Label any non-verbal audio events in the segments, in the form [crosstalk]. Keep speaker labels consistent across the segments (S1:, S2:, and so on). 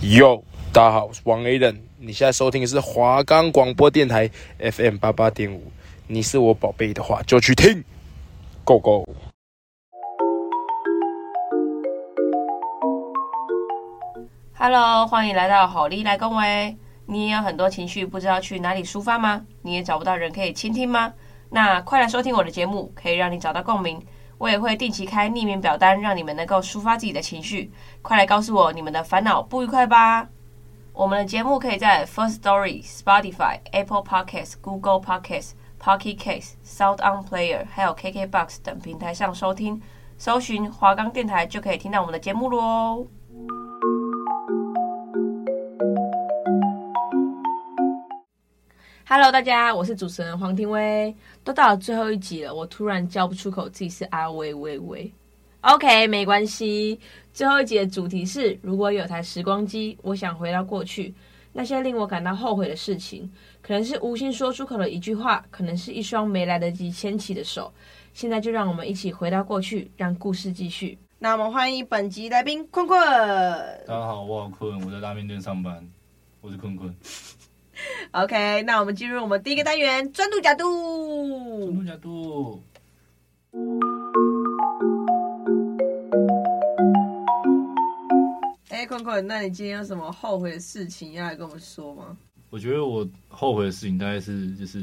S1: Yo，大家好，我是王 A 人。你现在收听的是华冈广播电台 FM 八八点五。你是我宝贝的话，就去听，Go Go。
S2: Hello，欢迎来到好利来恭维。你也有很多情绪，不知道去哪里抒发吗？你也找不到人可以倾听吗？那快来收听我的节目，可以让你找到共鸣。我也会定期开匿名表单，让你们能够抒发自己的情绪。快来告诉我你们的烦恼不愉快吧。我们的节目可以在 First Story、Spotify、Apple Podcasts、Google Podcasts、Pocket Casts、Sound On Player 还有 KKBox 等平台上收听，搜寻华冈电台就可以听到我们的节目喽。Hello，大家，我是主持人黄庭威。都到了最后一集了，我突然叫不出口自己是阿威威威。OK，没关系。最后一集的主题是：如果有台时光机，我想回到过去，那些令我感到后悔的事情，可能是无心说出口的一句话，可能是一双没来得及牵起的手。现在就让我们一起回到过去，让故事继续。
S3: 那我们欢迎本集来宾困困。
S4: 大家好，我好困，我在拉面店上班，我是困困。
S3: OK，那我们进入我们第一个单元专注角
S4: 中
S3: 度。
S4: 度加度，
S3: 哎、困困，那你今天有什么后悔的事情要来跟我们说吗？
S4: 我觉得我后悔的事情大概是就是，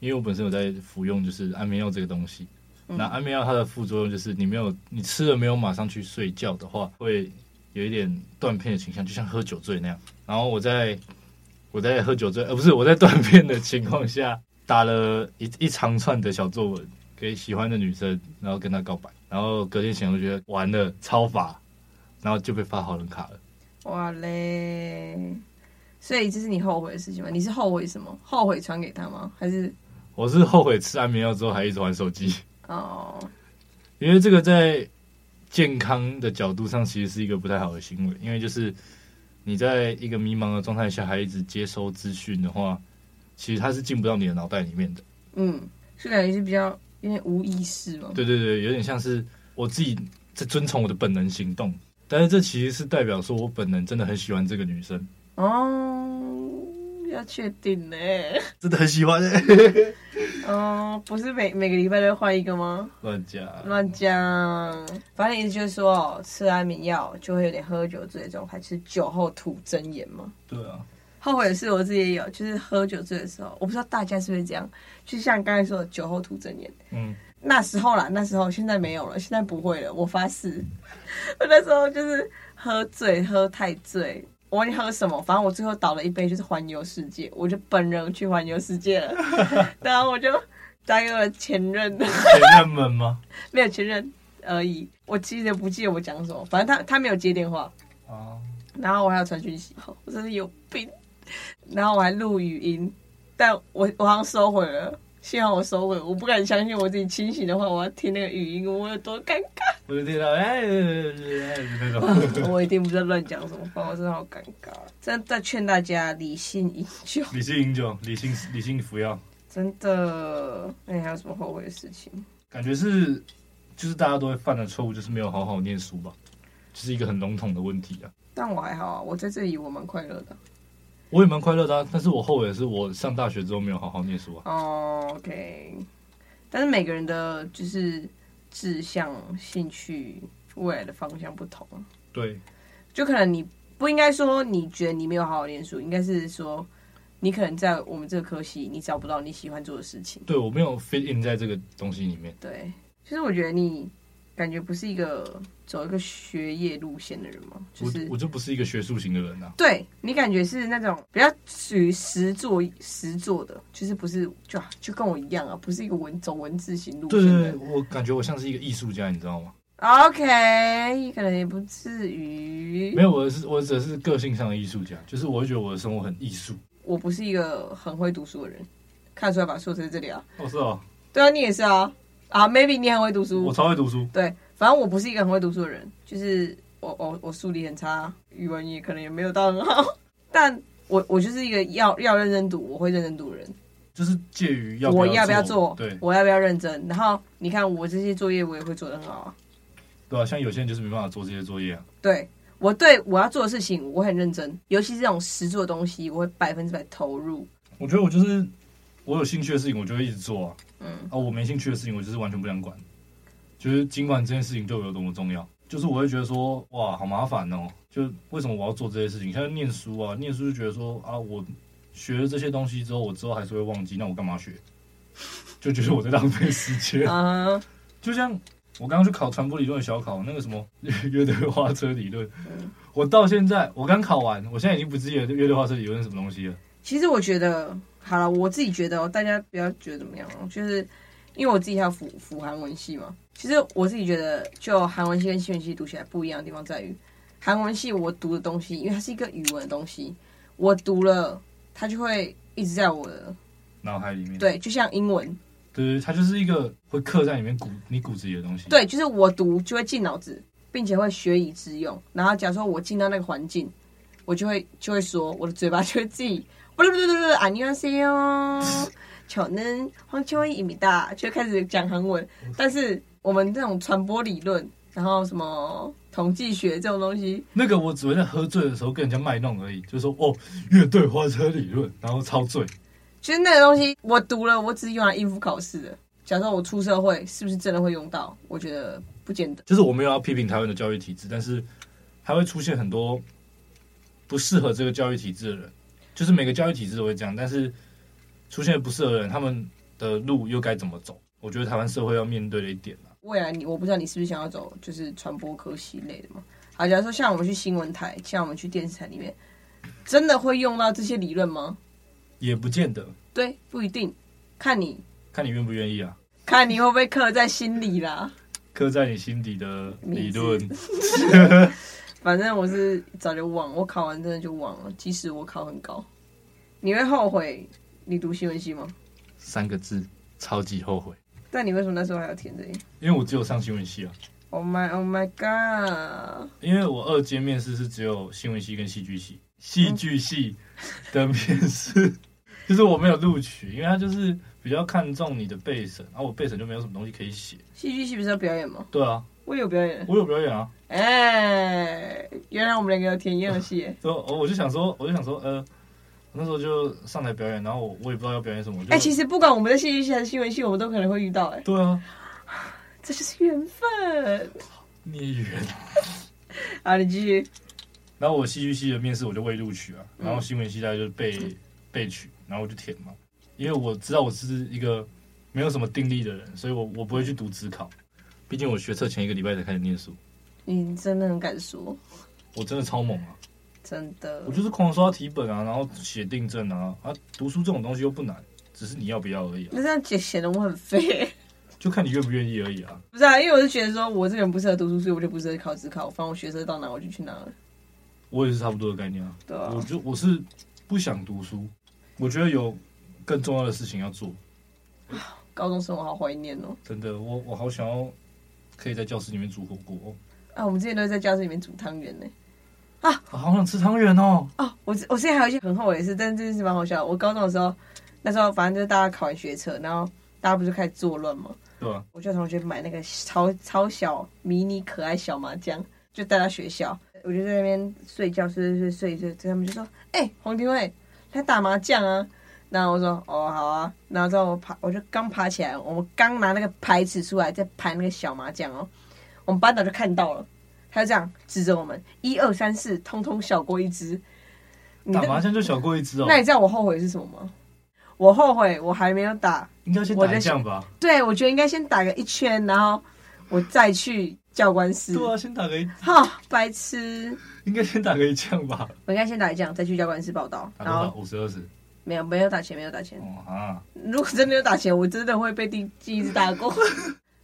S4: 因为我本身有在服用就是安眠药这个东西。那安眠药它的副作用就是你没有你吃了没有马上去睡觉的话，会有一点断片的倾向，就像喝酒醉那样。然后我在我在喝酒醉，呃，不是我在断片的情况下打了一一长串的小作文给喜欢的女生，然后跟她告白，然后隔天醒来我觉得完了超罚，然后就被发好人卡了。
S3: 哇嘞！所以这是你后悔的事情吗？你是后悔什么？后悔传给他吗？还是
S4: 我是后悔吃安眠药之后还一直玩手机，
S3: 哦？
S4: 因为这个在健康的角度上其实是一个不太好的行为，因为就是你在一个迷茫的状态下还一直接收资讯的话，其实它是进不到你的脑袋里面的。
S3: 嗯，是感觉是比较有点无意识吗？
S4: 对对对，有点像是我自己在遵从我的本能行动，但是这其实是代表说我本能真的很喜欢这个女生，
S3: 哦，要确定呢、
S4: 真的很喜欢、
S3: 哦，不是每每个礼拜都换一个吗？
S4: 乱讲
S3: 乱讲，反正意思就是说，哦，吃安眠药就会有点喝酒醉的状态，就是酒后吐真言嘛。
S4: 对啊，
S3: 后悔的事我自己也有，就是喝酒醉的时候，我不知道大家是不是这样，就像刚才说的酒后吐真言，
S4: 嗯，
S3: 那时候啦，那时候现在没有了，现在不会了，我发誓。我那时候就是喝醉，喝太醉，我忘记喝什么，反正我最后倒了一杯就是环游世界，我就本人去环游世界了， [laughs] 然后我就答应了前任。
S4: 前任们吗？
S3: 没有前任而已。我其实不记得我讲什么，反正他他没有接电话，
S4: 啊，
S3: 然后我还有传讯息，我真是有病。然后我还录语音，但我我好像收回了，幸好我收回，我不敢相信我自己清醒的话，我要听那个语音，我有多尴
S4: 我就听到哎哎哎哎那种。
S3: 尬。我一定不知道乱讲什么话，我真的好尴尬。真的劝大家理性饮酒，
S4: 理性饮酒，理性理性服药，
S3: 真的。那你还有什么后悔的事情？
S4: 感觉是就是大家都会犯的错误，就是没有好好念书吧，就是一个很笼统的问题啊。
S3: 但我还好啊，我在这里我蛮快乐的。
S4: 我也蛮快乐的、啊，但是我后悔的是我上大学之后没有好好念书啊。
S3: 哦，OK，但是每个人的就是志向、兴趣、未来的方向不同，
S4: 对，
S3: 就可能你不应该说你觉得你没有好好念书，应该是说你可能在我们这个科系你找不到你喜欢做的事情。
S4: 对我没有 fit in 在这个东西里面。
S3: 对，其实我觉得你感觉不是一个走一个学业路线的人嘛，就
S4: 我
S3: 是
S4: 我就不是一个学术型的人啊，
S3: 对你感觉是那种比较属于实做实做的，就是不是就就跟我一样啊，不是一个文走文字型路
S4: 对
S3: 线的
S4: 对
S3: 人
S4: 对，。我感觉我像是一个艺术家，你知道吗？
S3: OK，可能也不至于。
S4: 没有，我是我只是个性上的艺术家，就是我会觉得我的生活很艺术。
S3: 我不是一个很会读书的人，看出来吧？说在这里啊。
S4: 哦，是哦，
S3: 对啊，你也是啊。啊，maybe 你很会读
S4: 我
S3: 书。
S4: 超会读书，
S3: 对，反正我不是一个很会读书的人，就是我我我数理很差，语文也可能也没有到很好，但我我就是一个要要认真读，我会认真读的人。
S4: 就是介于要
S3: 我
S4: 要
S3: 要不要做？
S4: 对
S3: 我要不要认真？然后你看我这些作业我也会做得很好啊。
S4: 对啊，像有些人就是没办法做这些作业啊。
S3: 对我对我要做的事情我会很认真，尤其是这种实做的东西，我会百分之百投入。
S4: 我觉得我就是我有兴趣的事情，我就会一直做啊。
S3: 嗯，
S4: 啊，我没兴趣的事情，我就是完全不想管。就是尽管这件事情对我有多么重要，就是我会觉得说，哇，好麻烦哦。就为什么我要做这些事情？像念书啊，念书就觉得说，啊，我学了这些东西之后，我之后还是会忘记，那我干嘛学？就觉得我在浪费时间。
S3: 啊，
S4: 就像我刚刚去考传播理论的小考，那个什么乐队花车理论，我到现在我刚考完，我现在已经不记得乐队花车理论是什么东西了。
S3: 其实我觉得，好了，我自己觉得、哦，大家不要觉得怎么样哦，就是因为我自己还有辅辅韩文系嘛。其实我自己觉得，就韩文系跟新闻系读起来不一样的地方在于，韩文系我读的东西，因为它是一个语文的东西，我读了，它就会一直在我的
S4: 脑海里面，
S3: 对，就像英文，
S4: 对对，它就是一个会刻在里面骨你骨子里的东西。
S3: 对，就是我读就会进脑子，并且会学以致用。然后假如说我进到那个环境，我就会就会说，我的嘴巴就会自己，不不不不不，안녕하세요，저는황초희입니다，就会开始讲韩文。但是我们这种传播理论，然后什么统计学这种东西，
S4: 那个我只会在喝醉的时候跟人家卖弄而已，就说哦，乐队花车理论，然后超醉。
S3: 其实那个东西我读了，我只是用来应付考试的。假设我出社会，是不是真的会用到？我觉得不见得。
S4: 就是我没有要批评台湾的教育体制，但是它会出现很多不适合这个教育体制的人，就是每个教育体制都会这样，但是出现不适合的人，他们的路又该怎么走？我觉得台湾社会要面对的一点啊啦，
S3: 未来你我不知道你是不是想要走就是传播科系类的嘛？好，假如说像我们去新闻台，像我们去电视台里面，真的会用到这些理论吗？
S4: 也不见得，
S3: 对，不一定，看你
S4: 看你愿不愿意啊，
S3: 看你会不会刻在心里啦。
S4: 刻在你心底的理论。 [laughs]
S3: 反正我是早就忘了，我考完真的就忘了，即使我考很高。你会后悔你读新闻系吗？
S4: 三个字，超级后悔，
S3: 但你为什么那时候还要填这里
S4: 因为我只有上新闻系啊，
S3: ？Oh my, oh my god！
S4: 因为我二阶面试是只有新闻系跟戏剧系，戏剧系
S3: 嗯
S4: 的面试 [laughs] 就是我没有录取，因为他就是比较看重你的备审，啊然、后我备审就没有什么东西可以写。
S3: 戏剧系不是要表演吗？
S4: 对啊，
S3: 我也有表演。
S4: 我有表演啊，
S3: 哎、原来我们两个有填一样的戏耶。
S4: 所以我我就想说，我就想说，呃，那时候就上台表演，然后我我也不知道要表演什么，我就
S3: 哎、其实不管我们在戏剧系还是新闻系，我们都可能会遇到、哎，
S4: 对啊，
S3: 这就是缘分。
S4: 孽缘。
S3: 好，你继续。
S4: 然后我戏剧系的面试我就未录取啊，然后新闻系大概就被、被取，然后我就填嘛，因为我知道我是一个没有什么定力的人，所以我我不会去读职考，毕竟我学测前一个礼拜才开始念书，
S3: 你真的很敢说，
S4: 我真的超猛啊！
S3: 真的
S4: 我。就是狂刷题本啊，然后写订正啊，啊，读书这种东西又不难，只是你要不要而已啊，
S3: 那这样姐显得我很废。 [laughs]
S4: 就看你愿不愿意而已啊。
S3: 不是啊，因为我是觉得说我这个人不适合读书，所以我就不适合考职考，反正我学车到哪我就去哪了。
S4: 我也是差不多的概念啊，
S3: 对啊
S4: 我就我是不想读书，我觉得有更重要的事情要做，
S3: 高中生活好怀念哦。
S4: 真的，我我好想要可以在教室里面煮火锅哦。
S3: 啊，我们之前都会在教室里面煮汤圆呢。
S4: 啊好想吃汤圆哦！
S3: 哦，我之我之前还有一些很后悔的事，但是这件事蛮好笑的。我高中的时候，那时候反正就是大家考完学车，然后大家不是开始作乱吗？
S4: 对吧、
S3: 我叫同学买那个超超小迷你可爱小麻将，就带到学校。我就在那边睡觉，睡睡睡睡睡，他们就说：“哎、黄廷卫来打麻将啊！”然后我说：“哦，好啊。”然后之后我爬，我就刚爬起来，我们刚拿那个牌子出来，在排那个小麻将哦。我们班长就看到了，他就这样指着我们：“一二三四，通通小过一只。”你
S4: 打
S3: 知
S4: 麻将就小过一只哦，
S3: 那你知道我后悔是什么吗？我后悔我还没有打
S4: 应该先打一将吧？
S3: 对，我觉得应该先打个一圈，然后我再去教官室。
S4: 对啊，先打个一，
S3: 哈、白痴！
S4: 应该先打个一将吧？
S3: 我应该先打一将，再去教官室报道。
S4: 打
S3: 然
S4: 多少？
S3: 后
S4: 五十二十？
S3: 没有没有打钱，没有打钱。
S4: 哦啊！
S3: 如果真的有打钱，我真的会被第第一次打
S4: [laughs]
S3: 过。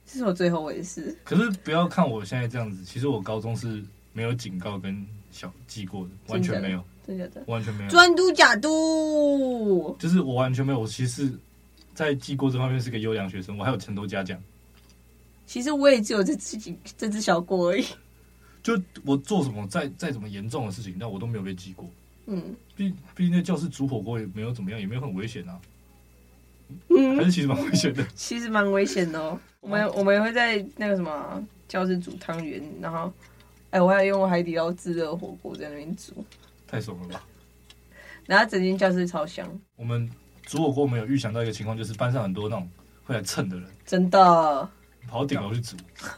S3: 这是我最后悔的事。
S4: 可是不要看我现在这样子，其实我高中是没有警告跟小记过的，完全没有，
S3: 真的假的？
S4: 完全没有，
S3: 专都假都，
S4: 就是我完全没有。我其实，在记过这方面是个优良学生，我还有成都嘉奖。
S3: 其实我也只有这只这只小锅而已。
S4: 就我做什么再再怎么严重的事情，但我都没有被记过。
S3: 嗯
S4: 毕毕竟在教室煮火锅也没有怎么样，也没有很危险啊，还
S3: 嗯，
S4: 是嗯其实蛮危险的。
S3: 其实蛮危险的哦。我们我们也会在那个什么教室煮汤圆，然后哎、我还用过海底捞自热火锅在那边煮，
S4: 太爽了吧！
S3: 然后整间教室超香，
S4: 我们煮火锅没有预想到一个情况，就是班上很多那种会来蹭的人，
S3: 真的。
S4: 跑到顶楼去煮。 [laughs]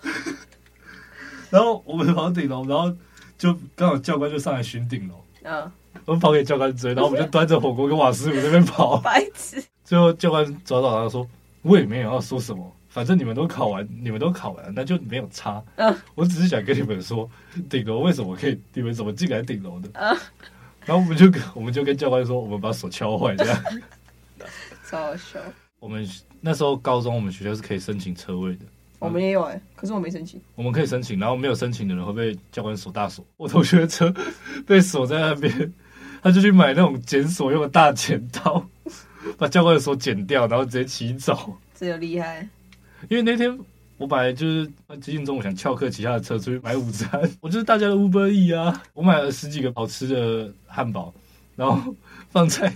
S4: 然后我们跑到顶楼，然后就刚好教官就上来巡顶楼，
S3: 嗯，
S4: 我们跑给教官追，然后我们就端着火锅跟瓦斯炉在那边跑。 [laughs]
S3: 白痴，
S4: 最后教官抓到他说：“我也没有要说什么，反正你们都考完，你们都考完了，那就没有差。
S3: 嗯
S4: 我只是想跟你们说，顶楼为什么可以，你们怎么进来顶楼的？
S3: 嗯
S4: 然后我们就跟我们就跟教官说，我们把手敲坏这样。
S3: 超好笑。
S4: 我们那时候高中我们学校是可以申请车位的，
S3: 我们也有哎、可是我没申请。
S4: 我们可以申请，然后没有申请的人会被教官锁大锁。我同学的车被锁在那边，他就去买那种检锁用的大剪刀，把教官的锁剪掉，然后直接骑走。
S3: 这有厉害，
S4: 因为那天我本来就是接近中午想翘课骑他的车出去买午餐，我就是大家的 Uber E 啊，我买了十几个好吃的汉堡，然后放在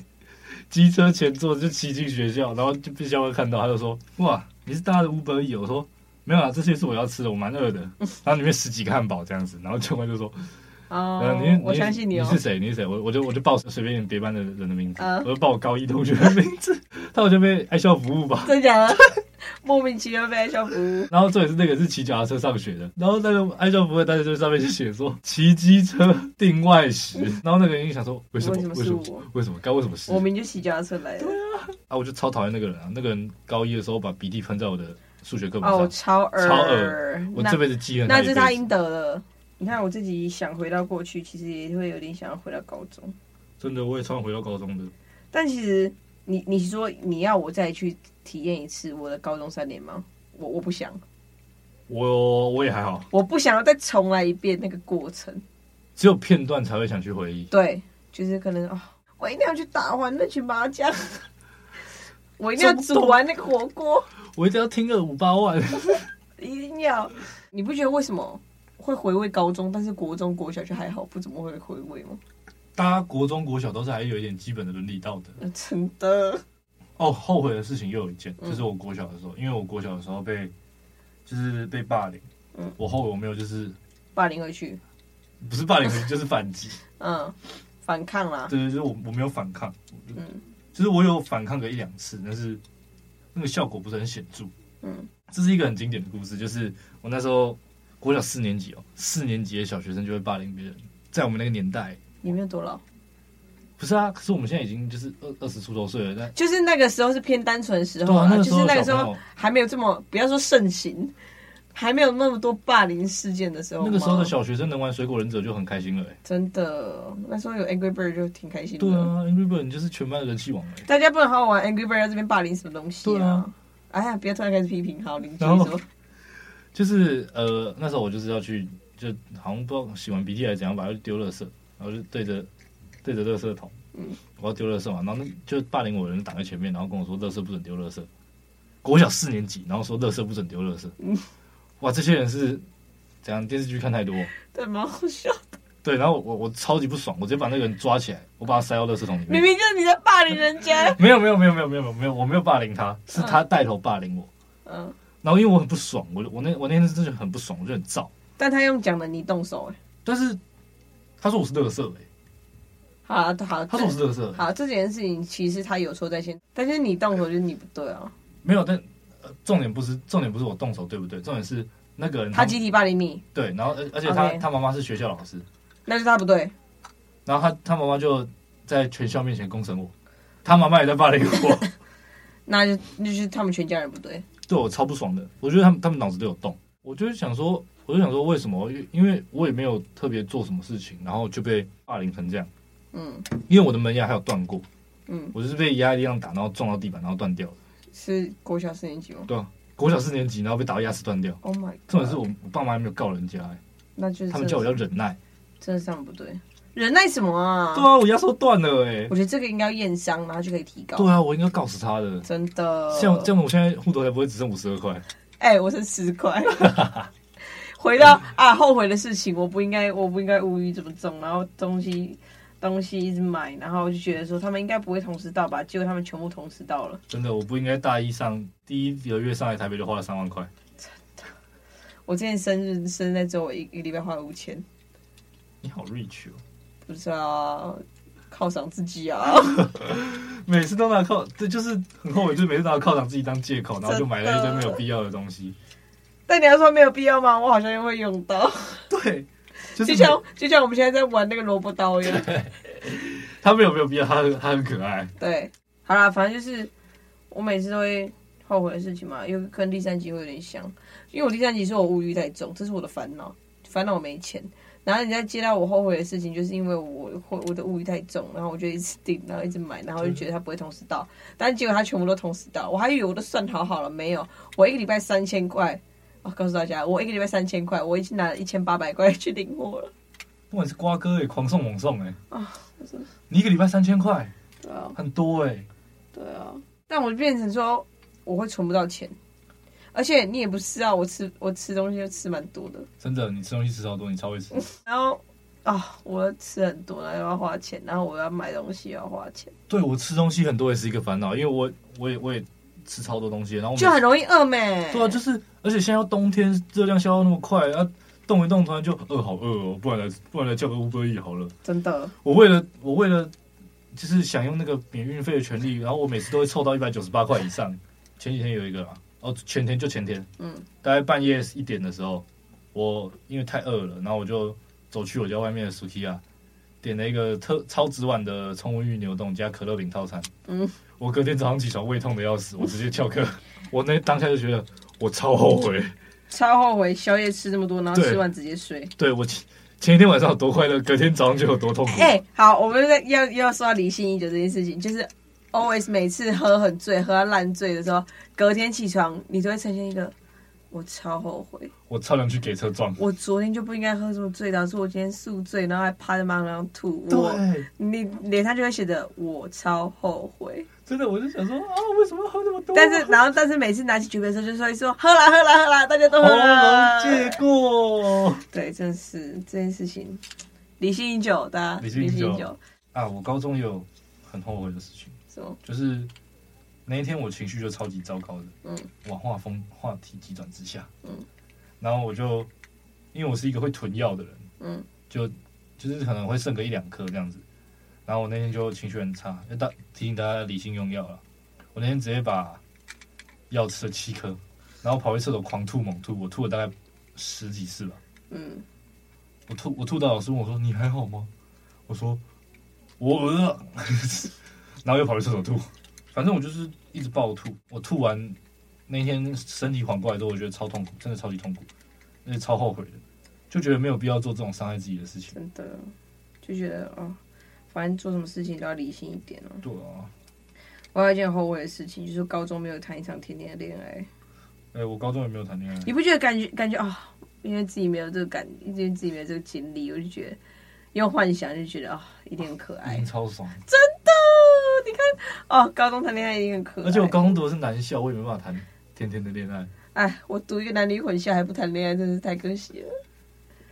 S4: 机车前座就骑进学校，然后就被教官看到，他就说：“哇，你是大家的 Uber E？” 我说：“没有啊，这些是我要吃的，我蛮饿的。”然后里面十几个汉堡这样子，然后教官就说：“
S3: 哦、
S4: 呃，你
S3: 我相信
S4: 你
S3: 你哦、
S4: 是谁？你是谁？我我就我就报随便别班的人的名字，
S3: 嗯
S4: 我就报我高一同学的名字，他好像被爱校服务
S3: [laughs]
S4: 吧。”
S3: 真假的？ [laughs] 莫名其妙被爱笑服务，
S4: 然后这也是那个是骑脚踏车上学的，然后那个爱笑不会单车上面就写说骑机车定外时， [laughs] 然后那个人就想说为什么
S3: 为什么是
S4: 为什么
S3: 我
S4: 为什么该为什么是
S3: 我明就骑脚踏车来的。
S4: 啊？我就超讨厌那个人啊！那个人高一的时候把鼻涕喷在我的数学课本
S3: 哦，我
S4: 上，
S3: 超耳，
S4: 超恶我
S3: 那
S4: 这辈子记恨
S3: 那
S4: 一
S3: 是
S4: 辈
S3: 他
S4: 子。
S3: 应得了。你看我自己想回到过去，其实也会有点想要回到高中，
S4: 真的，我也超想回到高中的。
S3: 但其实你你说你要我再去体验一次我的高中三年吗？我我不想，
S4: 我我也还好，
S3: 我不想要再重来一遍那个过程。
S4: 只有片段才会想去回忆。
S3: 对，就是可能哦，我一定要去打完那群麻将， [laughs] 我一定要煮完那个火锅，
S4: 我一定要听个五八万。 [laughs]
S3: 一定要。你不觉得为什么会回味高中，但是国中、国小就还好，不怎么会回味吗？
S4: 大家国中、国小都是还有一点基本的伦理道德。
S3: 呃真的，
S4: 哦，后悔的事情又有一件，
S3: 嗯
S4: 就是我国小的时候，因为我国小的时候被就是被霸凌，
S3: 嗯
S4: 我后悔我没有就是
S3: 霸凌回去，
S4: 不是霸凌，就是反
S3: [laughs]
S4: 击，
S3: 嗯，反抗啦，
S4: 对对，就是我我没有反抗，
S3: 嗯
S4: 就是我有反抗个一两次，但是那个效果不是很显著。
S3: 嗯
S4: 这是一个很经典的故事，就是我那时候国小四年级哦，四年级的小学生就会霸凌别人，在我们那个年代，
S3: 也没有多老，
S4: 不是啊，可是我们现在已经就是二二十出头岁了，但
S3: 就是那个时候是偏单纯的时候
S4: 对啊
S3: 啦，
S4: 那个
S3: 就
S4: 时候
S3: 是那个时
S4: 小朋
S3: 候
S4: 友
S3: 还没有这么，不要说盛行，还没有那么多霸凌事件的时候吗，
S4: 那个时候的小学生能玩水果忍者就很开心了、欸，
S3: 真的，那时候有 Angry Bird 就挺开心的。
S4: 对啊，日本就是全班的人气王了、欸。
S3: 大家不能好好玩 Angry Bird 在这边霸凌什么东西
S4: 对
S3: 啊
S4: 啊！
S3: 哎呀，不要突然开始批评，好，你继
S4: 然
S3: 续
S4: 后
S3: 说。
S4: 就是呃，那时候我就是要去，就好像不知道洗完鼻涕还是怎样吧，把它丢垃圾，然后就对着对着垃圾桶，我要丢垃圾嘛，然后那就霸凌我的人挡在前面，然后跟我说垃圾不准丢垃圾。国小四年级，然后说垃圾不准丢垃圾，哇，这些人是怎样电视剧看太多？
S3: 对，蛮好笑。
S4: 对，然后我我超级不爽，我直接把那个人抓起来，我把他塞到垃圾桶里
S3: 明
S4: 面。
S3: 明就是你在霸凌人家。
S4: 没有没有没有没有没有没有，我没有霸凌他，是他带头霸凌我。
S3: 嗯，
S4: 然后因为我很不爽，我我那我那天真的很不爽，我就很燥。
S3: 但他用讲的，你动手哎。
S4: 但是他说我是乐色哎，
S3: 好啊好啊，
S4: 他说我是乐色、
S3: 好这件事情，其实他有错在先，但是你动手就是你不对啊。
S4: 没有，但、呃、重点不是重点不是我动手对不对？重点是那个人
S3: 他集体霸凌你，
S4: 对，然后呃而而且他
S3: OK
S4: 他妈妈是学校老师，
S3: 那就是他不对。
S4: 然后他他妈妈就在全校面前攻审我，他妈妈也在霸凌
S3: [laughs]
S4: 我，
S3: 那就那就是他们全家人不对，
S4: 对我超不爽的。我觉得他们他们脑子都有洞，我就是想说，我就想说为什么？因为因为我也没有特别做什么事情，然后就被霸凌成这样。
S3: 嗯，
S4: 因为我的门牙还有断过，
S3: 嗯，
S4: 我就是被压力量打，然后撞到地板，然后断掉了。
S3: 是国小四年级吗
S4: 对啊，国小四年级，然后被打到牙齿断掉。
S3: ？Oh my，God
S4: 重点是我我爸妈还没有告人家、欸，
S3: 那就是
S4: 他们叫我要忍耐。
S3: 真的是他们不对，忍耐什么啊？
S4: 对啊，我牙说断了哎、
S3: 我觉得这个应该要验伤，然后就可以提高。
S4: 对啊，我应该告死他的。
S3: 真的。
S4: 像这样，我现在户头才不会只剩五十二块。
S3: 哎、我剩十块。 [laughs] 回到啊，后悔的事情，我不应该，我不应该无语怎么中，然后东西东西一直买，然后我就觉得说他们应该不会同时到吧，结果他们全部同时到了。
S4: 真的，我不应该大一上第一个月上来台北就花了三万块。
S3: 我之前生日生日那周，我一一个礼拜花了五千，
S4: 你好 rich 哦，
S3: 不是啊，犒赏自己 [laughs] 啊，
S4: 每次都拿靠，这就是很后悔，就是每次拿靠场自己当借口，然后就买了一堆没有必要的东西。
S3: 但你要说没有必要吗？我好像又会用到，
S4: 对，就是
S3: 就
S4: 每
S3: 像就像我们现在在玩那个萝卜刀一样。
S4: 他没有没有必要，他他很可爱。
S3: 对，好啦，反正就是我每次都会后悔的事情嘛，又跟第三集会有点像，因为我第三集是我物欲太重，这是我的烦恼，烦恼我没钱。然后你再接到我后悔的事情，就是因为我会我的物欲太重，然后我就一直订，然后一直买，然后就觉得它不会同时到，但结果它全部都同时到，我还以为我都算好好了，没有，我一个礼拜三千块，我、告诉大家，我一个礼拜三千块，我已经拿了一千八百块去领货了，
S4: 不管是瓜哥也狂送猛送哎、
S3: 啊真的
S4: 你一个礼拜三千块，
S3: 对啊。
S4: 很多哎、
S3: 对啊，但我就变成说我会存不到钱，而且你也不是啊，我吃我吃东西就吃蛮多的，
S4: 真的，你吃东西吃超多，你
S3: [laughs]
S4: 超会吃。
S3: 然后啊，我吃很多，然后又要花钱，然后我要买东西又要花钱，
S4: 对我吃东西很多也是一个烦恼，因为我我也我也吃超多东西，然后我每次
S3: 就很容易饿没。
S4: 对啊，就是而且现在又冬天，热量消耗那么快，啊，动一动突然就饿，好饿哦，不然来不然来叫个乌龟 e 好了。
S3: 真的，
S4: 我为了我为了就是享用那个免运费的权利，然后我每次都会凑到一百九十八块以上。前几天有一个啊，哦，前天就前天，
S3: 嗯，
S4: 大概半夜一点的时候，我因为太饿了，然后我就走去我家外面的 Sukiya，点了一个特超值碗的葱温玉牛冻加可乐饼套餐。
S3: 嗯，
S4: 我隔天早上起床胃痛的要死，我直接翘课。 [laughs] 我那当下就觉得我超后悔，
S3: 超后悔宵夜吃这么多，然后
S4: 对
S3: 吃完直接睡。
S4: 对我前前一天晚上有多快乐，隔天早上就有多痛苦。
S3: 哎、好，我们在要要说到理性饮酒这件事情，就是 always 每次喝很醉、喝到烂醉的时候，隔天起床你都会呈现一个我超后悔。
S4: 我差点去给车撞。
S3: 我昨天就不应该喝这么醉，导致我今天宿醉，然后还趴在马桶上吐。我，
S4: 对，
S3: 你脸上就会写着我超后悔。
S4: 真的，我就想说啊，为什么要喝那么多？
S3: 但是，然后，但是每次拿起酒杯的时候，就说一说喝啦喝啦喝啦，大家都喝啦。
S4: 喉咙借过
S3: 对，真的是这件事情，理性饮酒，大家
S4: 理性饮酒
S3: 饮，
S4: 啊！我高中也有很后悔的事情，
S3: 什么？
S4: 就是那一天我情绪就超级糟糕的，
S3: 嗯，
S4: 往画风话题急转直下，
S3: 嗯，
S4: 然后我就因为我是一个会囤药的人，
S3: 嗯，
S4: 就就是可能会剩个一两颗这样子，然后我那天就情绪很差，要大提醒大家理性用药了。我那天直接把药吃了七颗，然后跑去厕所狂吐猛吐，我吐了大概十几次吧。
S3: 嗯，
S4: 我吐，我吐到老师问我说：“你还好吗？”我说：“我饿了。” [laughs] 然后又跑去厕所吐，反正我就是一直暴吐。我吐完那天身体缓过来之后，我觉得超痛苦，真的超级痛苦，而且超后悔的，就觉得没有必要做这种伤害自己的事情。
S3: 真的就觉得哦，反正做什么事情都要理性一点哦。
S4: 对啊，
S3: 我还有一件很后悔的事情，就是高中没有谈一场甜甜的恋爱。
S4: 哎、我高中也没有谈恋爱
S3: 你，不觉得感觉感觉啊、因为自己没有这个感，因为自己没有这个经历，我就觉得用幻想就觉得啊、一定很可
S4: 已
S3: 爱。
S4: 经超爽。
S3: 哦，你看哦，高中谈恋爱一定很可爱。
S4: 而且我高中读的是男校，我也没办法谈甜甜的恋爱。
S3: 哎，我读一个男女混校还不谈恋爱，真是太可惜了。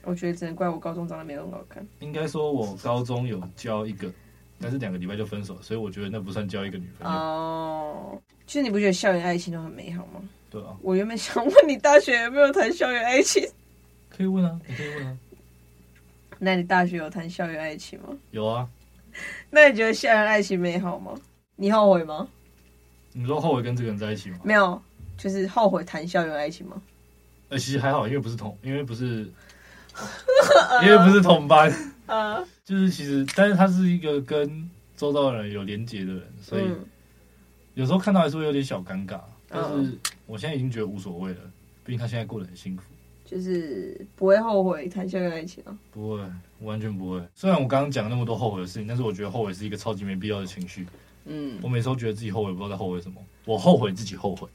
S3: 我觉得只能怪我高中长得没有很好看。
S4: 应该说，我高中有交一个，但是两个礼拜就分手了，所以我觉得那不算交一个女朋友。
S3: 哦，其实你不觉得校园爱情都很美好吗？
S4: 对啊，
S3: 我原本想问你大学有没有谈校园爱情？ [laughs]
S4: 可以问啊，你可以问啊。
S3: 那你大学有谈校园爱情吗？
S4: 有啊，
S3: 那你觉得校园爱情美好吗？你后悔吗？
S4: 你说后悔跟这个人在一起吗？
S3: 没有，就是后悔谈校园爱情吗？
S4: 呃，其实还好，因为不是同，因为不是， [laughs] 因为不是同班，
S3: 啊，
S4: 就是其实，但是他是一个跟周遭的人有连结的人，所以
S3: 嗯
S4: 有时候看到还是会有点小尴尬。但是
S3: 嗯
S4: 我现在已经觉得无所谓了，毕竟他现在过得很幸福，
S3: 就是不会后悔谈校园爱情啊。
S4: 不会，完全不会。虽然我刚刚讲了那么多后悔的事情，但是我觉得后悔是一个超级没必要的情绪。
S3: 嗯
S4: 我，每次都觉得自己后悔，不知道在后悔什么。我后悔自己后悔，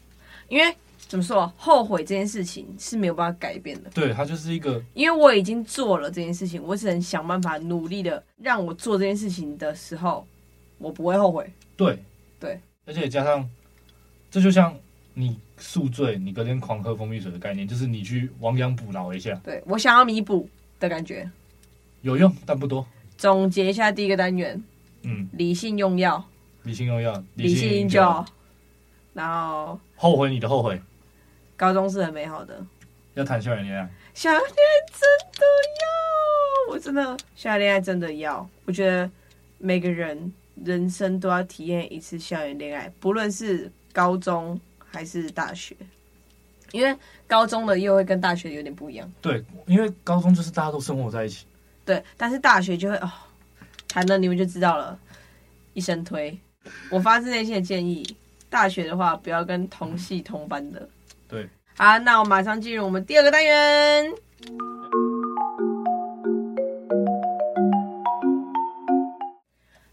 S3: 因为怎么说，后悔这件事情是没有办法改变的，
S4: 对他就是一个
S3: 因为我已经做了这件事情，我只能想办法努力的让我做这件事情的时候，我不会后悔。
S4: 对
S3: 对，
S4: 而且加上，这就像你宿醉，你隔天狂喝蜂蜜水的概念，就是你去亡羊补牢一下，
S3: 对我想要弥补的感觉。
S4: 有用但不多。
S3: 总结一下第一个单元：
S4: 嗯，
S3: 理性用药，
S4: 理性用药，
S3: 理性饮
S4: 饮
S3: 酒，然后
S4: 后悔你的后悔，
S3: 高中是很美好的，
S4: 要谈校园恋爱，
S3: 小恋爱真的要，我真的校园恋爱真的要。我觉得每个人人生都要体验一次校园恋爱，不论是高中还是大学，因为高中的又会跟大学有点不一样。
S4: 对，因为高中就是大家都生活在一起，
S3: 对，但是大学就会哦，谈了你们就知道了，一生推。我发自内心的建议，大学的话不要跟同系同班的。
S4: 对，
S3: 好，那我马上进入我们第二个单元。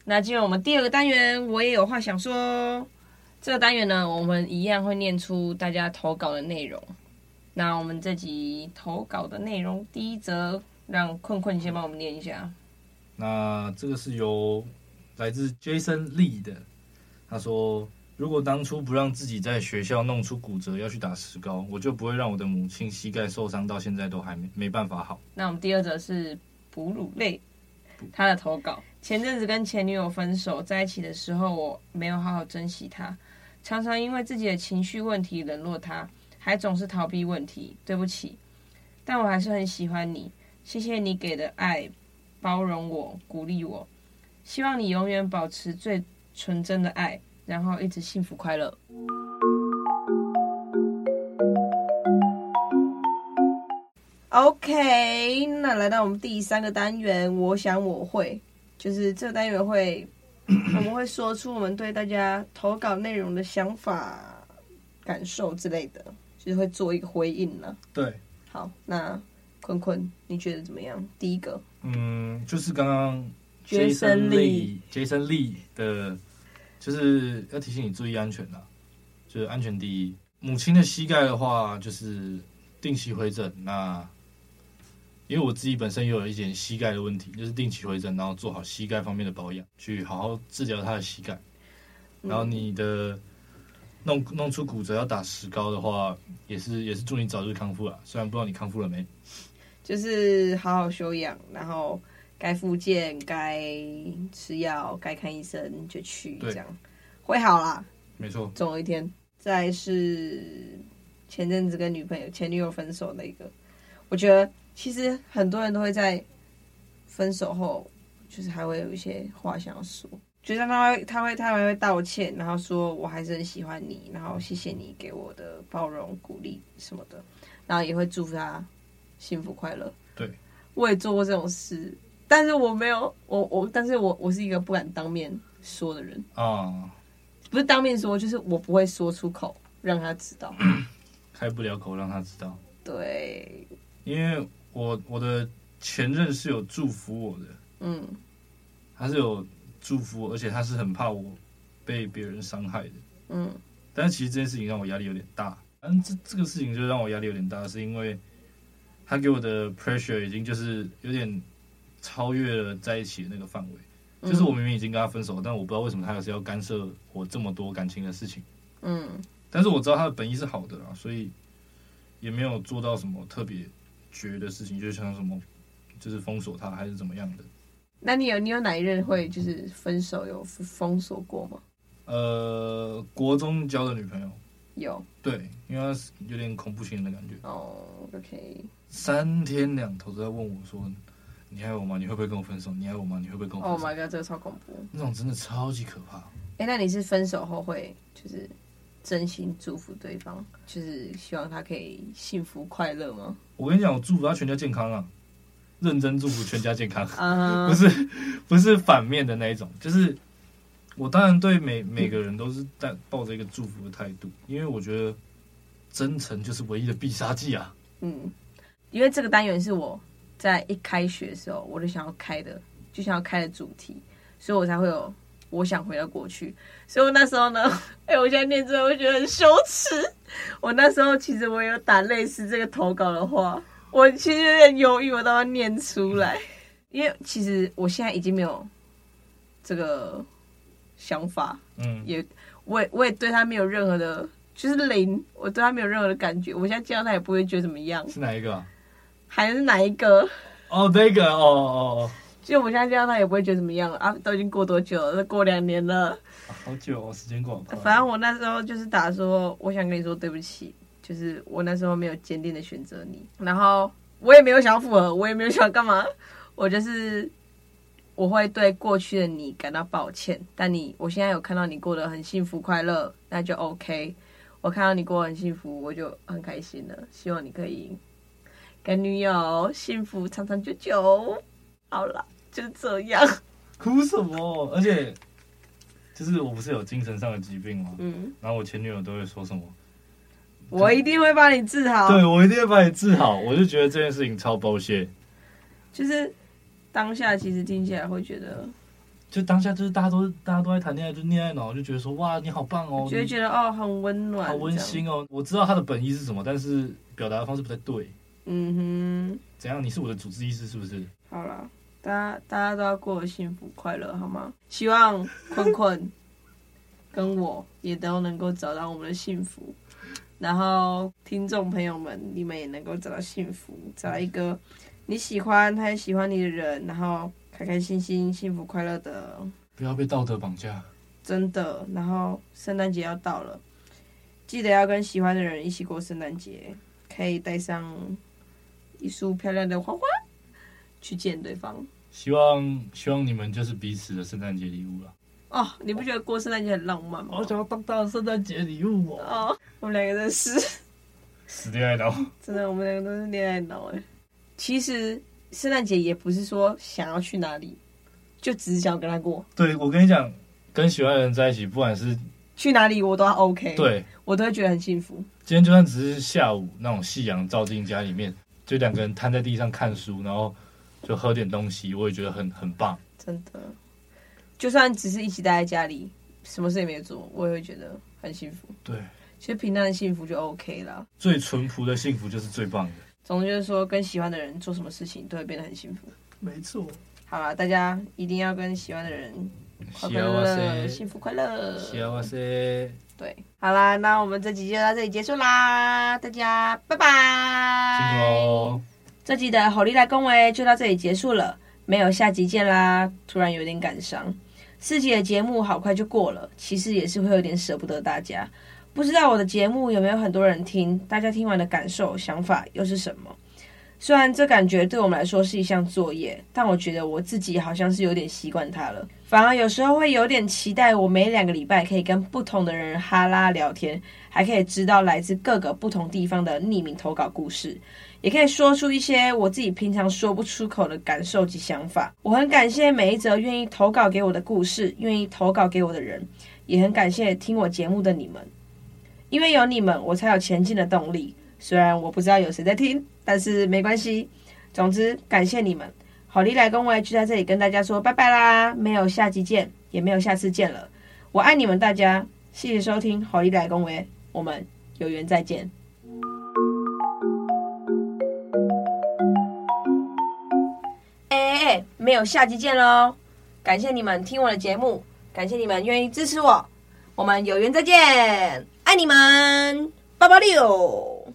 S3: 那进入我们第二个单元，我也有话想说。这个单元呢，我们一样会念出大家投稿的内容。那我们这集投稿的内容，第一则让困困先帮我们念一下。
S4: 那这个是由来自 Jason Lee 的，他说：“如果当初不让自己在学校弄出骨折，要去打石膏，我就不会让我的母亲膝盖受伤到现在都还没没办法好。
S3: 那我们第二则是哺乳类，他的投稿。前阵子跟前女友分手，在一起的时候我没有好好珍惜她，常常因为自己的情绪问题冷落她，还总是逃避问题。对不起，但我还是很喜欢你，谢谢你给的爱，包容我，鼓励我，希望你永远保持最纯真的爱，然后一直幸福快乐。OK，那来到我们第三个单元，我想我会，就是这个单元会，我们会说出我们对大家投稿内容的想法、感受之类的，就是会做一个回应呢。”
S4: 对，
S3: 好，那坤坤，你觉得怎么样？第一个，
S4: 嗯，就是刚刚
S3: Jason Lee
S4: Jason Lee 的，就是要提醒你注意安全啦、就是安全第一。母亲的膝盖的话，就是定期回诊。那因为我自己本身也有一点膝盖的问题，就是定期回诊，然后做好膝盖方面的保养，去好好治疗他的膝盖。然后你的弄弄出骨折要打石膏的话，也是也是祝你早日康复啊。虽然不知道你康复了没，
S3: 就是好好休养，然后该复健、该吃药、该看医生就去，
S4: 对
S3: 这样会好啦，
S4: 没错，
S3: 总有一天。再是前阵子跟女朋友、前女友分手那个，我觉得其实很多人都会在分手后，就是还会有一些话想要说，就像他会，他会，他还会道歉，然后说我还是很喜欢你，然后谢谢你给我的包容、鼓励什么的，然后也会祝福他幸福快乐。
S4: 对，
S3: 我也做过这种事，但是我没有，我我，但是我我是一个不敢当面说的人，
S4: 啊、
S3: 不是当面说，就是我不会说出口让他知
S4: [clears throat]
S3: 道。
S4: 开不了口让他知道。
S3: 对，
S4: 因为我我的前任是有祝福我的，
S3: 嗯，
S4: 他是有祝福我，而且他是很怕我被别人伤害的。
S3: 嗯，
S4: 但是其实这件事情让我压力有点大。嗯，这这个事情就让我压力有点大，是因为他给我的 pressure 已经就是有点超越了在一起的那个范
S3: 嗯
S4: 围。就是我明明已经跟他分手，但我不知道为什么他还是要干涉我这么多感情的事情。
S3: 嗯，
S4: 但是我知道他的本意是好的啦，所以也没有做到什么特别绝的事情，就像什么就是封锁他还是怎么样的。
S3: 那你有你有哪一任会就是分手有封锁过吗？
S4: 呃，国中交的女朋友，
S3: 有
S4: 对，因为她是有点恐怖情人的感觉，
S3: 哦，OK，
S4: 三天两头都在问我说：“你爱我吗？你会不会跟我分手？你爱我吗？你会不会跟我
S3: Oh
S4: 分手
S3: my god，这个超恐怖。
S4: 那种真的超级可怕。
S3: 哎、那你是分手后会就是真心祝福对方，就是希望他可以幸福快乐吗？
S4: 我跟你讲，我祝福他全家健康啊，认真祝福全家健康。
S3: 啊、
S4: 不是不是反面的那一种，就是我当然对每每个人都是带抱着一个祝福的态度，因为我觉得真诚就是唯一的必杀技啊。
S3: 嗯，因为这个单元是我在一开学的时候我就想要开的，就想要开的主题，所以我才会有我想回到过去。所以我那时候呢， [laughs] 哎、我现在念出来我觉得很羞耻。我那时候其实我有打类似这个投稿的话，我其实有点犹豫，我都要念出来，因为其实我现在已经没有这个想法，
S4: 嗯，
S3: 也我也我也对他没有任何的，就是零，我对他没有任何的感觉。我现在见到他也不会觉得怎么样，
S4: 是哪一个、啊？
S3: 还是哪一个？
S4: 哦，那个，哦哦
S3: 就我现在见到他也不会觉得怎么样了啊，都已经过多久了？都过两年了。
S4: 哦，好久哦，时间过好快。
S3: 反正我那时候就是打说，我想跟你说对不起，就是我那时候没有坚定的选择你，然后我也没有想要复合，我也没有想要干嘛，我就是我会对过去的你感到抱歉，但你我现在有看到你过得很幸福快乐，那就 OK。我看到你过得很幸福，我就很开心了。希望你可以跟女友幸福长长久久。好了，就这样。
S4: 哭什么？哦而且就是我不是有精神上的疾病吗？
S3: 嗯，
S4: 然后我前女友都会说什么？
S3: 我一定会帮你治好。
S4: 对我一定会把你治好。我就觉得这件事情超包屑。
S3: 就是当下其实听起来会觉得，
S4: 就当下就是大家都大家都在谈恋爱，就恋爱脑，就觉得说哇你好棒哦，
S3: 就会觉得哦很温
S4: 你
S3: 暖，
S4: 好温
S3: 这样。
S4: 馨哦。我知道他的本意是什么，但是表达的方式不太对。
S3: 嗯
S4: 怎样？你是我的主治医师是不是？
S3: 哼，好啦，大家大家都要过得幸福快乐好吗？希望坤
S4: [laughs]
S3: 坤跟我也都能够找到我们的幸福。然后，听众朋友们，你们也能够找到幸福，找到一个你喜欢，他也喜欢你的人，然后开开心心、幸福快乐的
S4: 不要被道德绑架。
S3: 真的。然后圣诞节要到了，记得要跟喜欢的人一起过圣诞节，可以带上一束漂亮的花花去见对方。
S4: 希望希望你们就是彼此的圣诞节礼物了。啊
S3: 哦，你不觉得过圣诞节很浪漫吗
S4: 我？想要当大的圣诞节礼物哦。
S3: 哦，我们两个真的是，
S4: 死恋爱脑。
S3: 真的，我们两个都是恋爱脑哎。其实圣诞节也不是说想要去哪里，就只是想要跟他过，
S4: 对，我跟你讲，跟喜欢的人在一起，不管是
S3: 去哪里我都要 OK，，
S4: 对，
S3: 我都会觉得很幸福。
S4: 今天就算只是下午那种夕阳照进家里面，就两个人瘫在地上看书，然后就喝点东西，我也觉得很很棒。
S3: 真的，就算只是一起待在家里，什么事也没做，我也会觉得很幸福。
S4: 对，
S3: 其实平淡的幸福就 OK 啦。
S4: 最淳朴的幸福就是最棒的。
S3: 总之就是说，跟喜欢的人做什么事情都会变得很幸福。
S4: 没错，
S3: 好啦，大家一定要跟喜欢的人快
S4: 幸
S3: 快乐乐，
S4: せ，
S3: 幸福快乐。
S4: 幸せ。
S3: 对，好啦，那我们这集就到这里结束啦，大家拜拜。
S4: 辛苦哦，
S3: 这集的吼力来恭维就到这里结束了，没有下集见啦。突然有点感伤，四集的节目好快就过了，其实也是会有点舍不得大家。不知道我的节目有没有很多人听，大家听完的感受、想法又是什么？虽然这感觉对我们来说是一项作业，但我觉得我自己好像是有点习惯它了，反而有时候会有点期待我每两个礼拜可以跟不同的人哈拉聊天，还可以知道来自各个不同地方的匿名投稿故事。也可以说出一些我自己平常说不出口的感受及想法。我很感谢每一则愿意投稿给我的故事，愿意投稿给我的人，也很感谢听我节目的你们，因为有你们，我才有前进的动力。虽然我不知道有谁在听，但是没关系。总之，感谢你们。好利来跟我就在这里跟大家说拜拜啦，没有下集见，也没有下次见了。我爱你们大家，谢谢收听好利来恭维，我们有缘再见。哎哎哎，没有下集见喽！感谢你们听我的节目，感谢你们愿意支持我，我们有缘再见，爱你们，八八六。